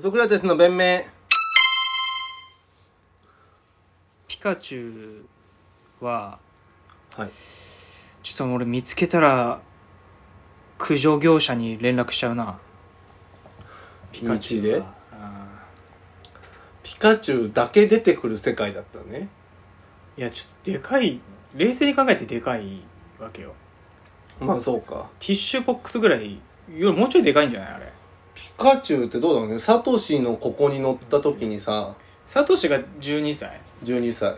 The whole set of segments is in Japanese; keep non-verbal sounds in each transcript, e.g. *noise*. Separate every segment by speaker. Speaker 1: ソクラテスの弁明
Speaker 2: ピカチュウは
Speaker 1: はい
Speaker 2: ちょっと俺見つけたら駆除業者に連絡しちゃうなピカチュウ
Speaker 1: 道で
Speaker 2: はあ
Speaker 1: ピカチュウだけ出てくる世界だったね
Speaker 2: ーいやちょっとでかい冷静に考えてでかいわけよ
Speaker 1: まあそうか
Speaker 2: ティッシュボックスぐらいよりもうちょいでかいんじゃないあれ
Speaker 1: ピカチュウってどうだろうねサトシのここに乗った時にさ
Speaker 2: サトシが12歳
Speaker 1: 12歳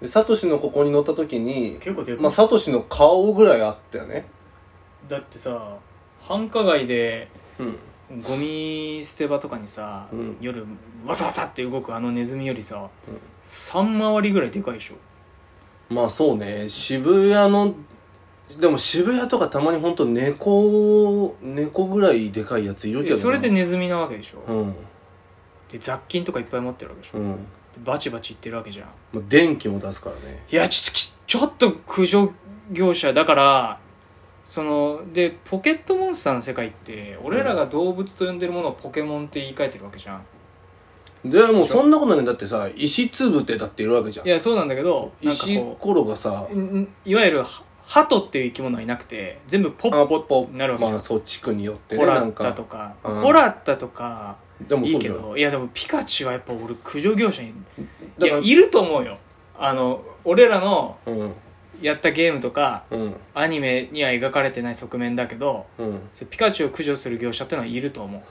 Speaker 1: でサトシのここに乗った時に
Speaker 2: 結構でかい、
Speaker 1: まあサトシの顔ぐらいあったよね
Speaker 2: だってさ繁華街で
Speaker 1: うん
Speaker 2: ゴミ捨て場とかにさ、
Speaker 1: うん
Speaker 2: 夜わさわさって動くあのネズミよりさ、
Speaker 1: うん
Speaker 2: 3回りぐらいでかいでしょ
Speaker 1: まあそうね渋谷のでも渋谷とかたまに本当猫猫ぐらいでかいやついるけ
Speaker 2: で
Speaker 1: どな
Speaker 2: それでネズミなわけでしょ、
Speaker 1: うん
Speaker 2: で雑菌とかいっぱい持ってるわけでしょ、
Speaker 1: うん、
Speaker 2: でバチバチいってるわけじゃん
Speaker 1: まあ、電気も出すからね
Speaker 2: いやちょっときちょっと駆除業者だからそのでポケットモンスターの世界って俺らが動物と呼んでるものをポケモンって言い換えてるわけじゃん
Speaker 1: でもそんなことないだってさ石つぶてだっているわけじゃん
Speaker 2: いやそうなんだけどなんか
Speaker 1: 石
Speaker 2: こ
Speaker 1: ころがさ
Speaker 2: ううんいわゆるハハトっていう生き物はいなくて全部ポッポ
Speaker 1: ポ
Speaker 2: になるわけじゃん
Speaker 1: まあそう地区によってね
Speaker 2: コラ
Speaker 1: な
Speaker 2: ッ
Speaker 1: ん
Speaker 2: タ
Speaker 1: か
Speaker 2: とか
Speaker 1: うん
Speaker 2: コラッタとか
Speaker 1: でも
Speaker 2: い
Speaker 1: そ
Speaker 2: いう
Speaker 1: じゃ
Speaker 2: け
Speaker 1: ん
Speaker 2: どいやでもピカチュウはやっぱ俺駆除業者にい
Speaker 1: だ
Speaker 2: や
Speaker 1: から
Speaker 2: いると思うよあの俺らの
Speaker 1: うん
Speaker 2: やったゲームとか
Speaker 1: うん
Speaker 2: アニメには描かれてない側面だけど
Speaker 1: うん
Speaker 2: そうピカチュウを駆除する業者ってのはいると思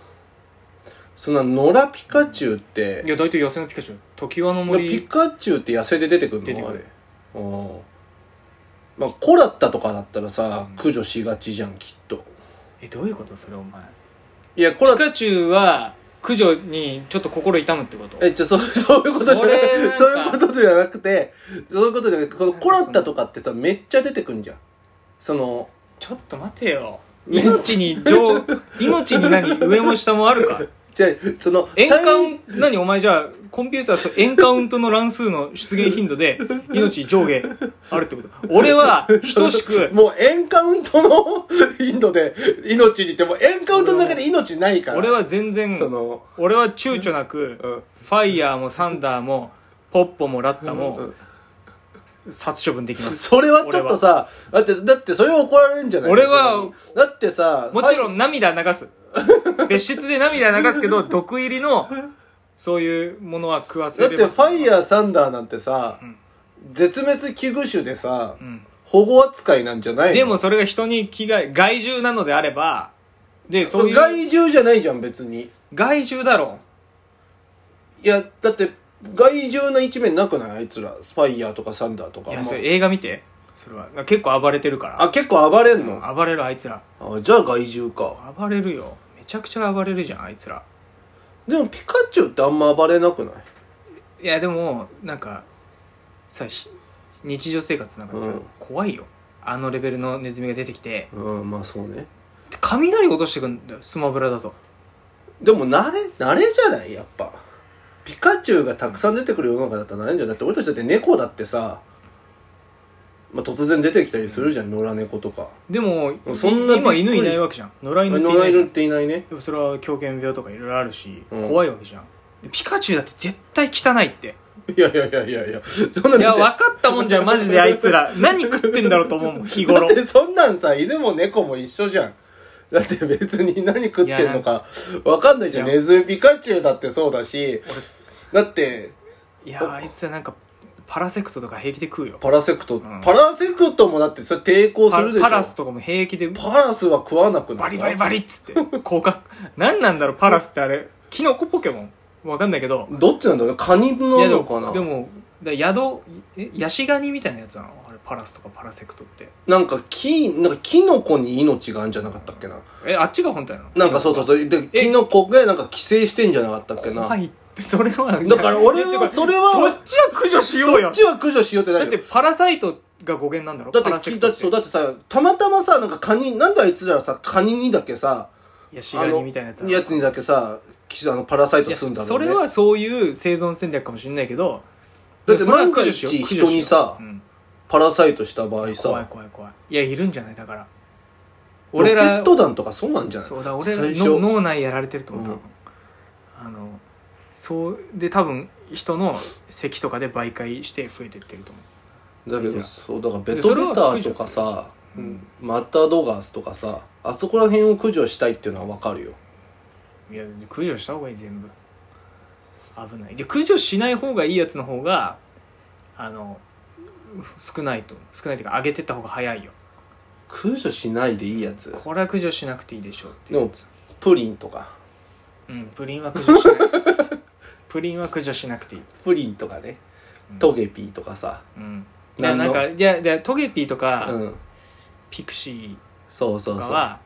Speaker 1: そんな野良ピカチュウっ
Speaker 2: うい
Speaker 1: て
Speaker 2: や大体野生のピカチュウ時和の
Speaker 1: ピ
Speaker 2: 森
Speaker 1: カチュウって野生で出てくるの
Speaker 2: 出てく
Speaker 1: あ
Speaker 2: る
Speaker 1: れうんまあコラッタとかだったらさ
Speaker 2: うん
Speaker 1: 駆除しがちじゃんきっと
Speaker 2: えどういうことそれお前
Speaker 1: いやコラ
Speaker 2: ピ
Speaker 1: ッタ
Speaker 2: カチュウは駆除にちょっと心痛むってこと
Speaker 1: えじゃあそうそういうことじゃな
Speaker 2: それなん
Speaker 1: く
Speaker 2: か
Speaker 1: そういうことじゃなくてそういうことじゃなくてこのコラッタとかってさめっちゃ出てくんじゃんその
Speaker 2: ちょっと待てよ
Speaker 1: ね
Speaker 2: 命に上 *laughs* 命に何上も下もあるか
Speaker 1: じゃあその
Speaker 2: エンカウ
Speaker 1: 単
Speaker 2: ント、何お前じゃあ、コンピューターとエンカウントの乱数の出現頻度で、命上下あるってこと。俺は、等しく、
Speaker 1: もうエンカウントのインドで命にってもうエンカウントの中で命ないから
Speaker 2: 俺は全然、
Speaker 1: その
Speaker 2: 俺は躊躇なく、
Speaker 1: うん
Speaker 2: ファイヤーもサンダーも、ポッポもラッタ
Speaker 1: う
Speaker 2: も、
Speaker 1: ん
Speaker 2: 殺処分できます。
Speaker 1: それはちょっとさだってだってそれは怒られるんじゃない
Speaker 2: 俺は
Speaker 1: だってさ
Speaker 2: もちろ
Speaker 1: ん
Speaker 2: ん涙流
Speaker 1: *laughs*
Speaker 2: す。別室で涙流すけど、毒入りの、そういうものは食わせ
Speaker 1: だっ
Speaker 2: れ
Speaker 1: て
Speaker 2: ば
Speaker 1: ファイヤーサンダーなんてさ、
Speaker 2: うん
Speaker 1: 絶滅危惧種でさ
Speaker 2: うん。
Speaker 1: 保護扱いなんじゃないの
Speaker 2: でもそれが人に危害、害獣なのであれば、で、そういう、害
Speaker 1: 害獣じゃないじゃん別に
Speaker 2: 獣だろう。
Speaker 1: いやだって害獣な一面なくないあいつらスパイヤーとかサンダーとか
Speaker 2: いや
Speaker 1: まあ
Speaker 2: それ映画見てそれは結構暴れてるか
Speaker 1: あ結構暴れんの、
Speaker 2: ら暴れるあいつら
Speaker 1: あじゃあ害獣か
Speaker 2: 暴れるよめちゃくちゃ暴れるじゃんあいつら
Speaker 1: でもピカチュウってあんま暴れなくない
Speaker 2: いやでもなんかさひ日常生活の中でさ、
Speaker 1: うん
Speaker 2: 怖いよあのレベルのネズミが出てきて
Speaker 1: うんまあそうね
Speaker 2: で雷落としてくんだよスマブラだと
Speaker 1: でも慣れ慣れじゃないやっぱピカチュウがたくさん出てくる世の中だったら慣れんじゃんだって俺たちだって猫だってさ、まあ、突然出てきたりするじゃん野良猫とか
Speaker 2: でも
Speaker 1: そんなびっ
Speaker 2: 今
Speaker 1: くり
Speaker 2: 犬いないわけじゃん野良
Speaker 1: 野
Speaker 2: 犬っていな
Speaker 1: 良
Speaker 2: いじゃ
Speaker 1: 犬っ
Speaker 2: ん
Speaker 1: ていないね
Speaker 2: でもそれは狂犬病とかいろいろあるし、
Speaker 1: うん
Speaker 2: 怖いわけじゃんでピカチュウだって絶対汚いって
Speaker 1: いやいやいやいやいやそんなん
Speaker 2: いや
Speaker 1: だ
Speaker 2: 分
Speaker 1: っ
Speaker 2: かったもんじゃんマジであいつら何食ってんだろうと
Speaker 1: *laughs*
Speaker 2: 思うもん日
Speaker 1: てだ
Speaker 2: 頃
Speaker 1: ってそんなんさ犬も猫も一緒じゃんだって別に何食ってんのかわかんないじゃん
Speaker 2: いや
Speaker 1: ネズミピカチュウだってそうだしだって
Speaker 2: いやーあいつはなんかパラセクトとか平気で食うよ
Speaker 1: パラセクト、
Speaker 2: ん
Speaker 1: パラセクトもだってそれ抵抗す
Speaker 2: パ
Speaker 1: るでしょ
Speaker 2: パラスとかも平気で
Speaker 1: パラスは食わなくな
Speaker 2: バ
Speaker 1: る
Speaker 2: リバリバリっつって交換何なんだろうパラスってあれキノコポケモンわかんないけど
Speaker 1: どっちなんだろうカニない
Speaker 2: やで
Speaker 1: のかな
Speaker 2: もでもだ宿えヤシガニみたいなやつなのあれパラスとかパラセクトって
Speaker 1: なんか木、なんかキノコに命があるんじゃなかったっけな。
Speaker 2: えあっちが本体なの
Speaker 1: なんかそうそう
Speaker 2: う
Speaker 1: そう。で、
Speaker 2: え
Speaker 1: キノコがなんか寄生してんじゃなかったっけな。
Speaker 2: 怖いってそれは
Speaker 1: だから俺は
Speaker 2: 違う
Speaker 1: それは
Speaker 2: そっちは駆除しよう
Speaker 1: こ
Speaker 2: よ
Speaker 1: っちは駆除しようってな
Speaker 2: だっ
Speaker 1: い
Speaker 2: て
Speaker 1: よ。
Speaker 2: パラサイトが語源なんだろ
Speaker 1: だ
Speaker 2: パ
Speaker 1: っ
Speaker 2: ラ
Speaker 1: て
Speaker 2: セ
Speaker 1: き、
Speaker 2: ク
Speaker 1: だ
Speaker 2: ト
Speaker 1: ってそう、だってさ、たまたまさ、なんかカニ、なんであいつらさ、カニにだけさ、
Speaker 2: ヤシ
Speaker 1: あ
Speaker 2: ガニ
Speaker 1: の
Speaker 2: みたいなやつな、の
Speaker 1: やつにだけさ、きあの、パラサイト
Speaker 2: いや
Speaker 1: すんだろうね。
Speaker 2: それはそういう生存戦略かもしれないけど
Speaker 1: だって
Speaker 2: でもそれは
Speaker 1: 万が
Speaker 2: 駆除
Speaker 1: 一
Speaker 2: しよう駆
Speaker 1: 人
Speaker 2: 除しよう
Speaker 1: にさ
Speaker 2: う、ん
Speaker 1: パラサイトした場合
Speaker 2: 怖い
Speaker 1: さ、
Speaker 2: 怖い怖いいやいるんじゃないだから
Speaker 1: ロケ
Speaker 2: 俺ら
Speaker 1: ット弾とかそうなんじゃない
Speaker 2: そうだ俺ら
Speaker 1: 最
Speaker 2: の
Speaker 1: 初
Speaker 2: 脳内やられてると思う、
Speaker 1: うん
Speaker 2: 多分あのそうで多分人の咳とかで媒介して増えてってると思
Speaker 1: だけ
Speaker 2: いつ
Speaker 1: ど
Speaker 2: ら
Speaker 1: そうだからベトベターとか
Speaker 2: それ
Speaker 1: さ、
Speaker 2: う
Speaker 1: うんマタドガースとかさあそこら辺を駆除したいっていうのは分かるよ
Speaker 2: ういや駆除した方がいい全部危ないで駆除しない方がいいやつの方があの少ないと少ないというか上げてった方が早いよ
Speaker 1: 駆除しないでいいやつ
Speaker 2: これは駆除しなくていいでしょうっていうやつ
Speaker 1: プリンとか
Speaker 2: うんプリンは駆除しないプリンは駆除しなくていい、
Speaker 1: プリンとかね
Speaker 2: うん
Speaker 1: トゲピーとかさ
Speaker 2: うんだから
Speaker 1: 何
Speaker 2: な
Speaker 1: の
Speaker 2: んかいやいやトゲピーとか、
Speaker 1: うん
Speaker 2: ピクシ
Speaker 1: そうそ
Speaker 2: ーと
Speaker 1: う
Speaker 2: か
Speaker 1: そう
Speaker 2: は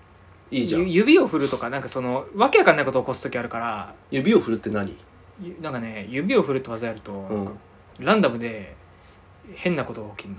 Speaker 2: い
Speaker 1: いじゃ
Speaker 2: ゆ
Speaker 1: ん
Speaker 2: 指を振るとかなんかそのわけわかんないことを起こす時あるから
Speaker 1: 指を振るって何
Speaker 2: ゆなんかね指を振るって技やると、
Speaker 1: うん
Speaker 2: ランダムで変なことが起きる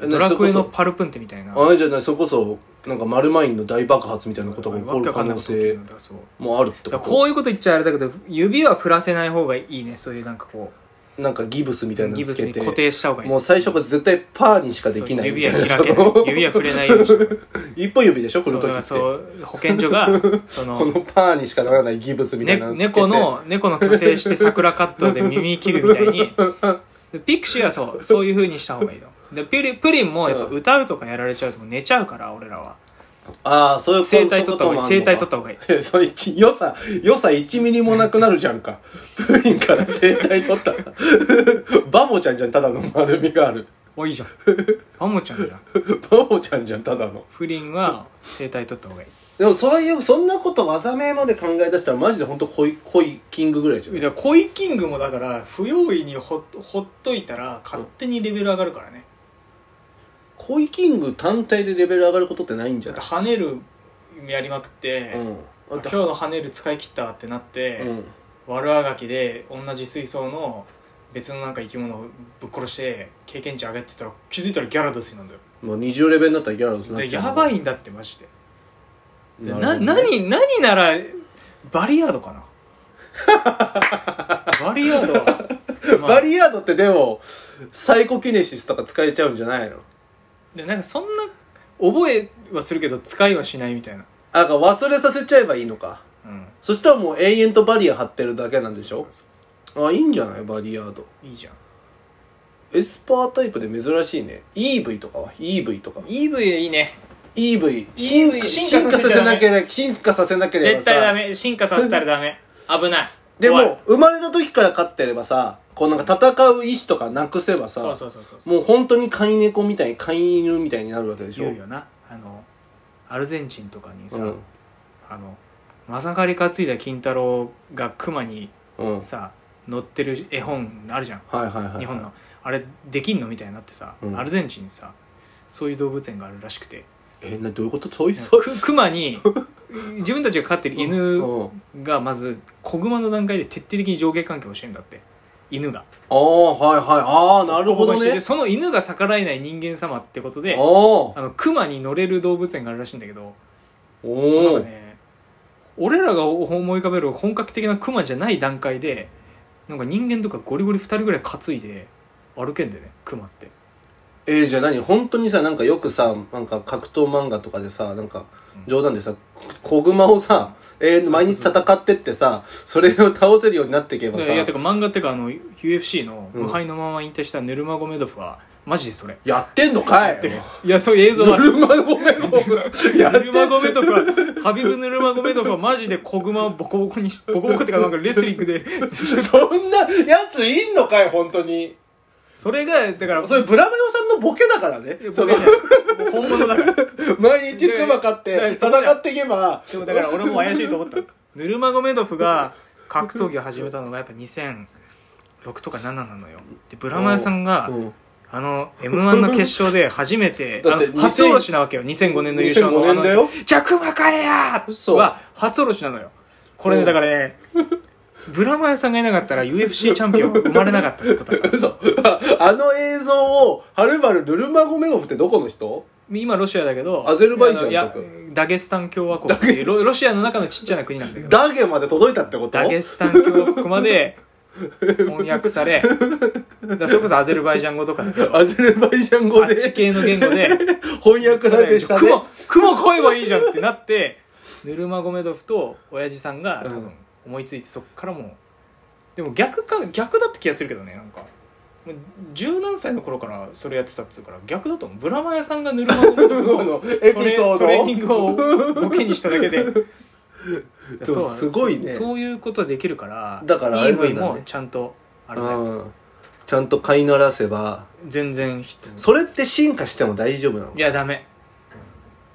Speaker 1: え
Speaker 2: のドラクエの
Speaker 1: それこ
Speaker 2: パルプンテみたいな
Speaker 1: そあれじゃないそれこそなんかマルマインの大爆発みたいなことが起こ
Speaker 2: わけ
Speaker 1: る
Speaker 2: わか
Speaker 1: 可
Speaker 2: んない
Speaker 1: 能
Speaker 2: ことが起き
Speaker 1: 性
Speaker 2: るんだそう
Speaker 1: もあるって
Speaker 2: だか
Speaker 1: こ
Speaker 2: らこういうこと言っちゃあれだけど指は振らせない方がいいねそういうなんかこと
Speaker 1: なんかギブスみたいうな
Speaker 2: ギ
Speaker 1: の
Speaker 2: ブ
Speaker 1: つ
Speaker 2: ス
Speaker 1: け
Speaker 2: に
Speaker 1: て
Speaker 2: 固定した方がいい
Speaker 1: もう最初から絶対パーにしかできないみ
Speaker 2: 指
Speaker 1: た
Speaker 2: は
Speaker 1: な
Speaker 2: い開けない
Speaker 1: その
Speaker 2: 指は触れない
Speaker 1: *laughs*
Speaker 2: ようにして
Speaker 1: 一本指でしょこの
Speaker 2: そう
Speaker 1: 時
Speaker 2: だから
Speaker 1: って
Speaker 2: そう保健所がそ
Speaker 1: *laughs*
Speaker 2: の
Speaker 1: このパーにしかならないギブスみたいな
Speaker 2: ね、
Speaker 1: のつけて
Speaker 2: 猫の猫の虚勢して桜カットで耳切るみたいにでピクシーはそうそういう風にした方がいいのでプリプリンもやっぱ歌うとかやられちゃうともう寝ちゃうから俺らは
Speaker 1: ああそういう
Speaker 2: 声帯取った方がいい声帯取った方がいい
Speaker 1: た *laughs* そう一良さ良さ1ミリもなくなるじゃんかプリンから声帯取ったら *laughs* バボちゃんじゃんただの丸みがある
Speaker 2: おいいじゃんあもちゃんじゃん
Speaker 1: バボちゃんじゃんただの
Speaker 2: プリンは声帯取った方がいい
Speaker 1: でもそういうそんなこと技名まで考え出したらマジで本当恋恋キングぐらいじゃん
Speaker 2: だからコイキングもだから不用意にほほっといたら勝手にレベル上がるからね
Speaker 1: 恋キング単体でレベル上がることってないんじ
Speaker 2: だ
Speaker 1: ゃ
Speaker 2: っ
Speaker 1: な
Speaker 2: て
Speaker 1: い
Speaker 2: 跳ねるやりまくって、
Speaker 1: うんだ
Speaker 2: 今
Speaker 1: って
Speaker 2: 日の跳ねる使い切ったってなって、
Speaker 1: うん
Speaker 2: 悪あがきで同じ水槽の別のなんか生き物をぶっ殺して経験値上げてたら気づいたらギャラドスになんだよ
Speaker 1: もう20レベルになったらギャラドスになっ
Speaker 2: で
Speaker 1: ちゃう
Speaker 2: やばいんだってマジでで
Speaker 1: なるほ
Speaker 2: な
Speaker 1: どね
Speaker 2: 何何ならバリアード
Speaker 1: *laughs*
Speaker 2: かなバリアードは、まあ
Speaker 1: バリヤードってでもサイコキネシスとか使えちゃうんじゃないの
Speaker 2: でなんかそんな覚えはするけど使いはしないみたいな
Speaker 1: あだから忘れさせちゃえばいいのか
Speaker 2: うん
Speaker 1: そしたらもう永遠とバリア張ってるだけなんでし
Speaker 2: そう
Speaker 1: ょ
Speaker 2: そうそう
Speaker 1: あいいんじゃないバリヤード
Speaker 2: そういいじゃん
Speaker 1: エスパータイプで珍しいね EV とかは EV とか
Speaker 2: EV いいね
Speaker 1: EV 進化
Speaker 2: 進化さ
Speaker 1: さ
Speaker 2: せ
Speaker 1: せ
Speaker 2: ちゃダ
Speaker 1: な
Speaker 2: メ
Speaker 1: ければ進化させなければ
Speaker 2: 絶
Speaker 1: さ
Speaker 2: 対ダメ進化させたらダメ危ない
Speaker 1: で
Speaker 2: 怖い
Speaker 1: も生まれた時から勝ってればさこうなんか戦う意志とかなくせばさ
Speaker 2: そうそうそうそう
Speaker 1: もう本当に飼い猫みたい飼い犬みたいになるわけでしょ
Speaker 2: 言うよなあのアルゼンチンとかにさ、
Speaker 1: うん
Speaker 2: あのまさかり担いだ金太郎が熊に
Speaker 1: うんはい
Speaker 2: さ乗ってる絵本あるじゃん
Speaker 1: はいはいはい
Speaker 2: 日本のあれできんのみたいになってさ、
Speaker 1: うん
Speaker 2: アルゼンチンにさそういう動物園があるらしくて
Speaker 1: えなどういうことそういうそう
Speaker 2: く熊
Speaker 1: *laughs*
Speaker 2: に自分たちが飼ってる犬
Speaker 1: うん
Speaker 2: がまず子熊の段階で徹底的に上下関係をしてんだって犬が
Speaker 1: ああはいはいああなるほど
Speaker 2: で
Speaker 1: ね
Speaker 2: その犬が逆らえない人間様ってことで
Speaker 1: ああお
Speaker 2: あの熊に乗れる動物園があるらしいんだけどなん
Speaker 1: お
Speaker 2: かね俺らが思い浮かべる本格的なクマじゃない段階でなんか人間とかゴリゴリ2人ぐらい担いで歩けんだよねクマって
Speaker 1: えー、じゃあ何本当にさなんかよくさなんか格闘漫画とかでさなんか
Speaker 2: うん
Speaker 1: 冗談でさ子熊をさ、えー、毎日戦ってってさそれを倒せるようになっていけば
Speaker 2: だ
Speaker 1: さ
Speaker 2: からいやてか漫画ってかあの UFC の
Speaker 1: うん
Speaker 2: 無敗のまま引退したヌルマゴメドフはマジでそれ
Speaker 1: やってんのかい
Speaker 2: てかいやそういう映像
Speaker 1: ぬ
Speaker 2: は
Speaker 1: *laughs*
Speaker 2: ある
Speaker 1: るまごめ
Speaker 2: *laughs*
Speaker 1: ごめや
Speaker 2: ヌ
Speaker 1: っ
Speaker 2: ルマ
Speaker 1: て
Speaker 2: ゴメドフはハビブヌルマゴメドフはマジで子グマをボコボコにしボコボコってかなんかレスリングでずっと
Speaker 1: そんなやついんのかい本当に
Speaker 2: それがだから
Speaker 1: それブラマヨさんのボケだからね
Speaker 2: いや
Speaker 1: そ
Speaker 2: 僕
Speaker 1: の
Speaker 2: ねもう本物だから
Speaker 1: *laughs* 毎日クマ飼っ
Speaker 2: で
Speaker 1: て
Speaker 2: でそ
Speaker 1: 戦
Speaker 2: うだよ
Speaker 1: っていけば
Speaker 2: でもだから俺も怪しいと思ったヌルマゴメドフが格闘技を始めたのがやっぱ2006とか7なのよでブラマヤさんが
Speaker 1: うん
Speaker 2: あの m 1の決勝で初め
Speaker 1: *laughs*
Speaker 2: て
Speaker 1: だって
Speaker 2: あ
Speaker 1: 2000
Speaker 2: の初おろしなわけよ2005年の優勝の
Speaker 1: 2005年だよ
Speaker 2: あのじゃあクマかえやー
Speaker 1: 嘘
Speaker 2: は初おろしなのよこれ
Speaker 1: う
Speaker 2: ね
Speaker 1: ん
Speaker 2: だからねブラマヤさんがいなかったら UFC チャンピオンは生まれなかったってこ
Speaker 1: *laughs*
Speaker 2: とだから
Speaker 1: 嘘あの映像をはるばるルルマゴメゴフってどこの人
Speaker 2: 今ロシアだけど
Speaker 1: アゼルバイジャン
Speaker 2: あのいや
Speaker 1: とか
Speaker 2: ダゲスタン共和国っていうロロシアの中のちっちゃな国なんだけど
Speaker 1: ダゲまで届いたってこと
Speaker 2: ダゲスタン共和国まで
Speaker 1: *laughs*
Speaker 2: 翻訳され、だからそれこそアゼルバイジャン語とかだけど、あ
Speaker 1: アゼルバイジャン語
Speaker 2: っ
Speaker 1: で
Speaker 2: ち系の言語で、
Speaker 1: 翻訳されてしたね
Speaker 2: 雲、雲来えばいいじゃんってなって、ヌルマゴメドフと親父さんが
Speaker 1: う
Speaker 2: 多分
Speaker 1: ん、
Speaker 2: 思いついてそっからもうでも逆か逆だった気がするけどねなんかもう十何歳の頃からそれやってたっつうから逆だと思うブラマヤさんがぬるま湯の
Speaker 1: このエ
Speaker 2: トレ
Speaker 1: ピソード
Speaker 2: トレーニングをボケにしただ
Speaker 1: *laughs*
Speaker 2: けで
Speaker 1: でもすごいね
Speaker 2: そうそういうことできるから
Speaker 1: だからあれなんだね
Speaker 2: EV もちゃんとあれだよ
Speaker 1: うんちゃんと飼いならせば
Speaker 2: 全然ヒットに
Speaker 1: それって進化しても大丈夫なの
Speaker 2: いやダメ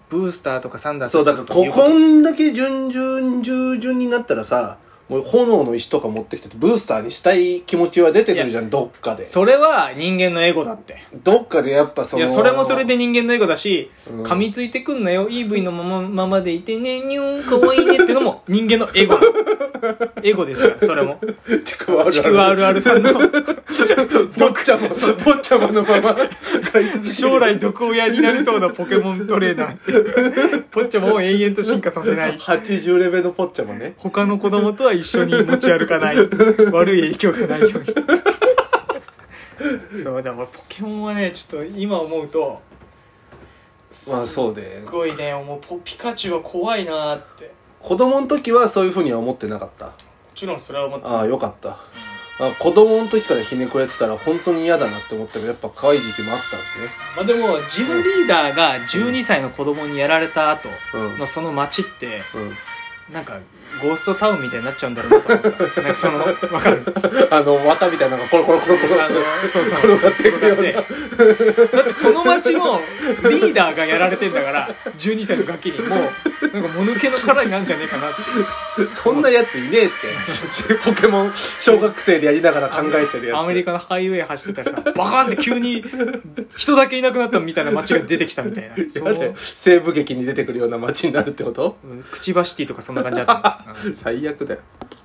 Speaker 2: ブースターとかサンダー
Speaker 1: そうだからここ
Speaker 2: こ
Speaker 1: んだけ順々順々になったらさもう炎の石とか持ってきてブースターにしたい気持ちは出てくるじゃんどっかで
Speaker 2: それは人間のエゴだって
Speaker 1: どっかでやっぱそ
Speaker 2: い
Speaker 1: の
Speaker 2: やそれもそれで人間のエゴだし、
Speaker 1: うん
Speaker 2: 噛みついてくんなよ EV のままままでいてねにゅーんかわいいねってのも人間のエゴなの
Speaker 1: *laughs*
Speaker 2: エゴですからそれも
Speaker 1: ちくわあるある
Speaker 2: ちくわあるあるさんの
Speaker 1: ぼっちゃまぼっちゃまのまま買い続ける
Speaker 2: 将来毒親になりそうなポケモントレーナーっていうポッチャマを永遠と進化させない
Speaker 1: 80レベルのぽっちゃまね
Speaker 2: 他の子供とは一緒に持ち歩かない悪い影響がないようにつってそうだからポケモンはねちょっと今思うと
Speaker 1: まあそうです
Speaker 2: っごいねもうポピカチュウは怖いなーっても
Speaker 1: 子供の時はそういうふうには思ってなかった
Speaker 2: ちろんそれは思って
Speaker 1: ああよかったあ子供の時からひねくれてたら本当に嫌だなって思ったけどやっぱ可愛い時期もあったんですね
Speaker 2: まあでもジムリーダーが12歳の子供にやられた後のその街って
Speaker 1: うん、うん、
Speaker 2: なんかゴーストタウンみたいになっちゃうんだろうなと思ったなんかそのわかる
Speaker 1: あの綿みたいなのがコロコロコロコロ
Speaker 2: あのそうそう
Speaker 1: 転がっていくような
Speaker 2: 転がってだってその町のリーダーがやられてんだから12歳のガキにもうなんかもぬけの殻になんじゃねえかなって
Speaker 1: そんなやついねえってポケモン小学生でやりながら考えてるやつ
Speaker 2: アメリカのハイウェイ走ってたらさバカンって急に人だけいなくなったみたいな町が出てきたみたいなそ
Speaker 1: や
Speaker 2: の
Speaker 1: れ西部劇に出てくるような街になるってこと *laughs*
Speaker 2: クチバシティとかそんな感じだったの
Speaker 1: 最悪だよ